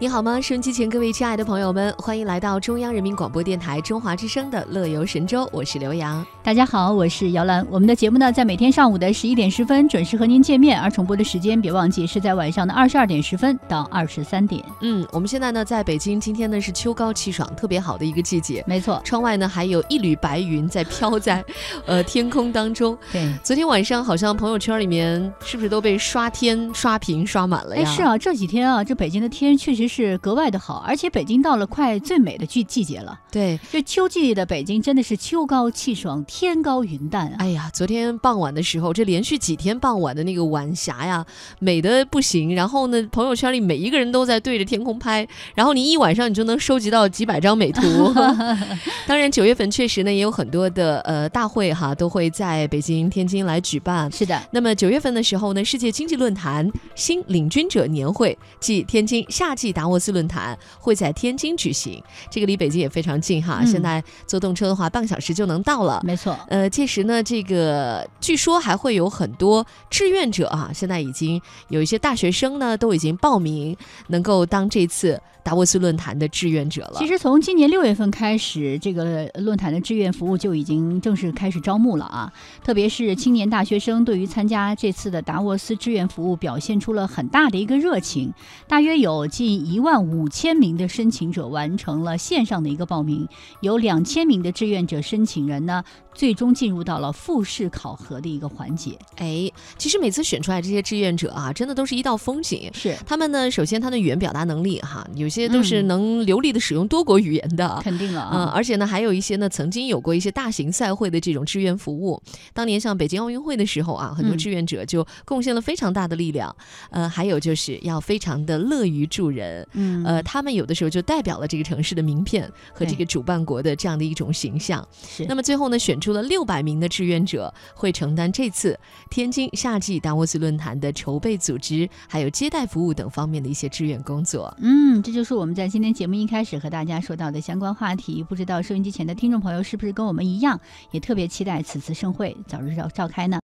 你好吗？收音机前各位亲爱的朋友们，欢迎来到中央人民广播电台中华之声的《乐游神州》，我是刘洋。大家好，我是姚兰。我们的节目呢，在每天上午的十一点十分准时和您见面，而重播的时间别忘记是在晚上的二十二点十分到二十三点。嗯，我们现在呢，在北京，今天呢是秋高气爽，特别好的一个季节。没错，窗外呢还有一缕白云在飘 在，呃，天空当中。对。昨天晚上好像朋友圈里面是不是都被刷天、刷屏、刷满了呀？哎，是啊，这几天啊，这北京的天确实是格外的好，而且北京到了快最美的季季节了。对，这秋季的北京真的是秋高气爽，天高云淡啊。哎呀，昨天傍晚的时候，这连续几天傍晚的那个晚霞呀，美的不行。然后呢，朋友圈里每一个人都在对着天空拍，然后你一晚上你就能收集到几百张美图。当然，九月份确实呢也有很多的呃大会哈，都会在北京、天津来举办。是的，那么九月份的时候呢，世界经济论坛新领军者年会暨天津夏季达沃斯论坛会在天津举行，这个离北京也非常近哈，嗯现在坐动车的话半个小时就能到了。没错。呃，届时呢，这个据说还会有很多志愿者啊，现在已经有一些大学生呢都已经报名，能够当这次达沃斯论坛的志愿者了。其实从今年六月份开始，这个论坛的志愿服务就已经正式开始招募了啊！特别是青年大学生对于参加这次的达沃斯志愿服务表现出了很大的一个热情，大约有近一万五千名的申请者完成了线上的一个报名，有两千名的志愿者申请人呢，最终进入到了复试考核的一个环节。哎，其实每次选出来这些志愿者啊，真的都是一道风景。是，他们呢，首先他的语言表达能力哈，有些都是嗯能流利的使用多国语言的啊。肯定了嗯，啊！而且呢，还有一些呢，曾经有过一些大型赛会的这种志愿服务。当年像北京奥运会的时候啊，很多嗯志愿者就贡献了非常大的力量。呃，还有就是要非常的乐于助人。嗯呃，他们有的时候就代表了这个城市的名片和这对个主办国的这样的一种形象。是那么最后呢，选出了六百名的志愿者，会承担这次天津夏季达沃斯论坛的筹备、组织，还有接待服务等方面的一些志愿工作。嗯，这就是我们在今天节目一开始和大家说到的相关话题。不知道收音机前的听众朋友是不是跟我们一样，也特别期待此次盛会早日召召开呢？